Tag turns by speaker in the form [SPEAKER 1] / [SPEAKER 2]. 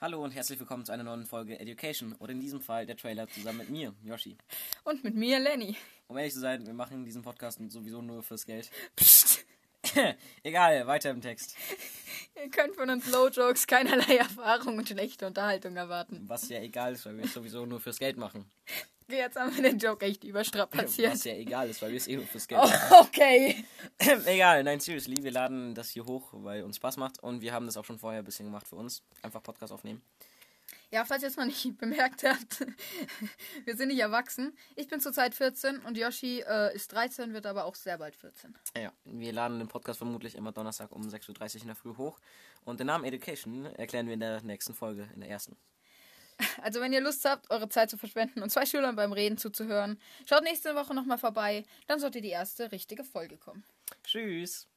[SPEAKER 1] Hallo und herzlich willkommen zu einer neuen Folge Education oder in diesem Fall der Trailer zusammen mit mir, Yoshi.
[SPEAKER 2] Und mit mir, Lenny.
[SPEAKER 1] Um ehrlich zu sein, wir machen diesen Podcast sowieso nur fürs Geld.
[SPEAKER 2] Psst.
[SPEAKER 1] Egal, weiter im Text.
[SPEAKER 2] Ihr könnt von uns Low-Jokes keinerlei Erfahrung und schlechte Unterhaltung erwarten.
[SPEAKER 1] Was ja egal ist, weil wir es sowieso nur fürs Geld machen.
[SPEAKER 2] Jetzt haben wir den Joke echt überstrapaziert.
[SPEAKER 1] Was ja egal ist, weil wir es eh nur fürs Geld
[SPEAKER 2] Oh,
[SPEAKER 1] machen.
[SPEAKER 2] okay.
[SPEAKER 1] Egal, nein, seriously, wir laden das hier hoch, weil uns Spaß macht und wir haben das auch schon vorher ein bisschen gemacht für uns. Einfach Podcast aufnehmen.
[SPEAKER 2] Ja, falls ihr es noch nicht bemerkt habt, wir sind nicht erwachsen. Ich bin zurzeit 14 und Yoshi äh, ist 13, wird aber auch sehr bald 14.
[SPEAKER 1] Ja, wir laden den Podcast vermutlich immer Donnerstag um 6.30 Uhr in der Früh hoch. Und den Namen Education erklären wir in der nächsten Folge, in der ersten.
[SPEAKER 2] Also wenn ihr Lust habt, eure Zeit zu verschwenden und zwei Schülern beim Reden zuzuhören, schaut nächste Woche nochmal vorbei, dann sollte die erste richtige Folge kommen.
[SPEAKER 1] Tschüss!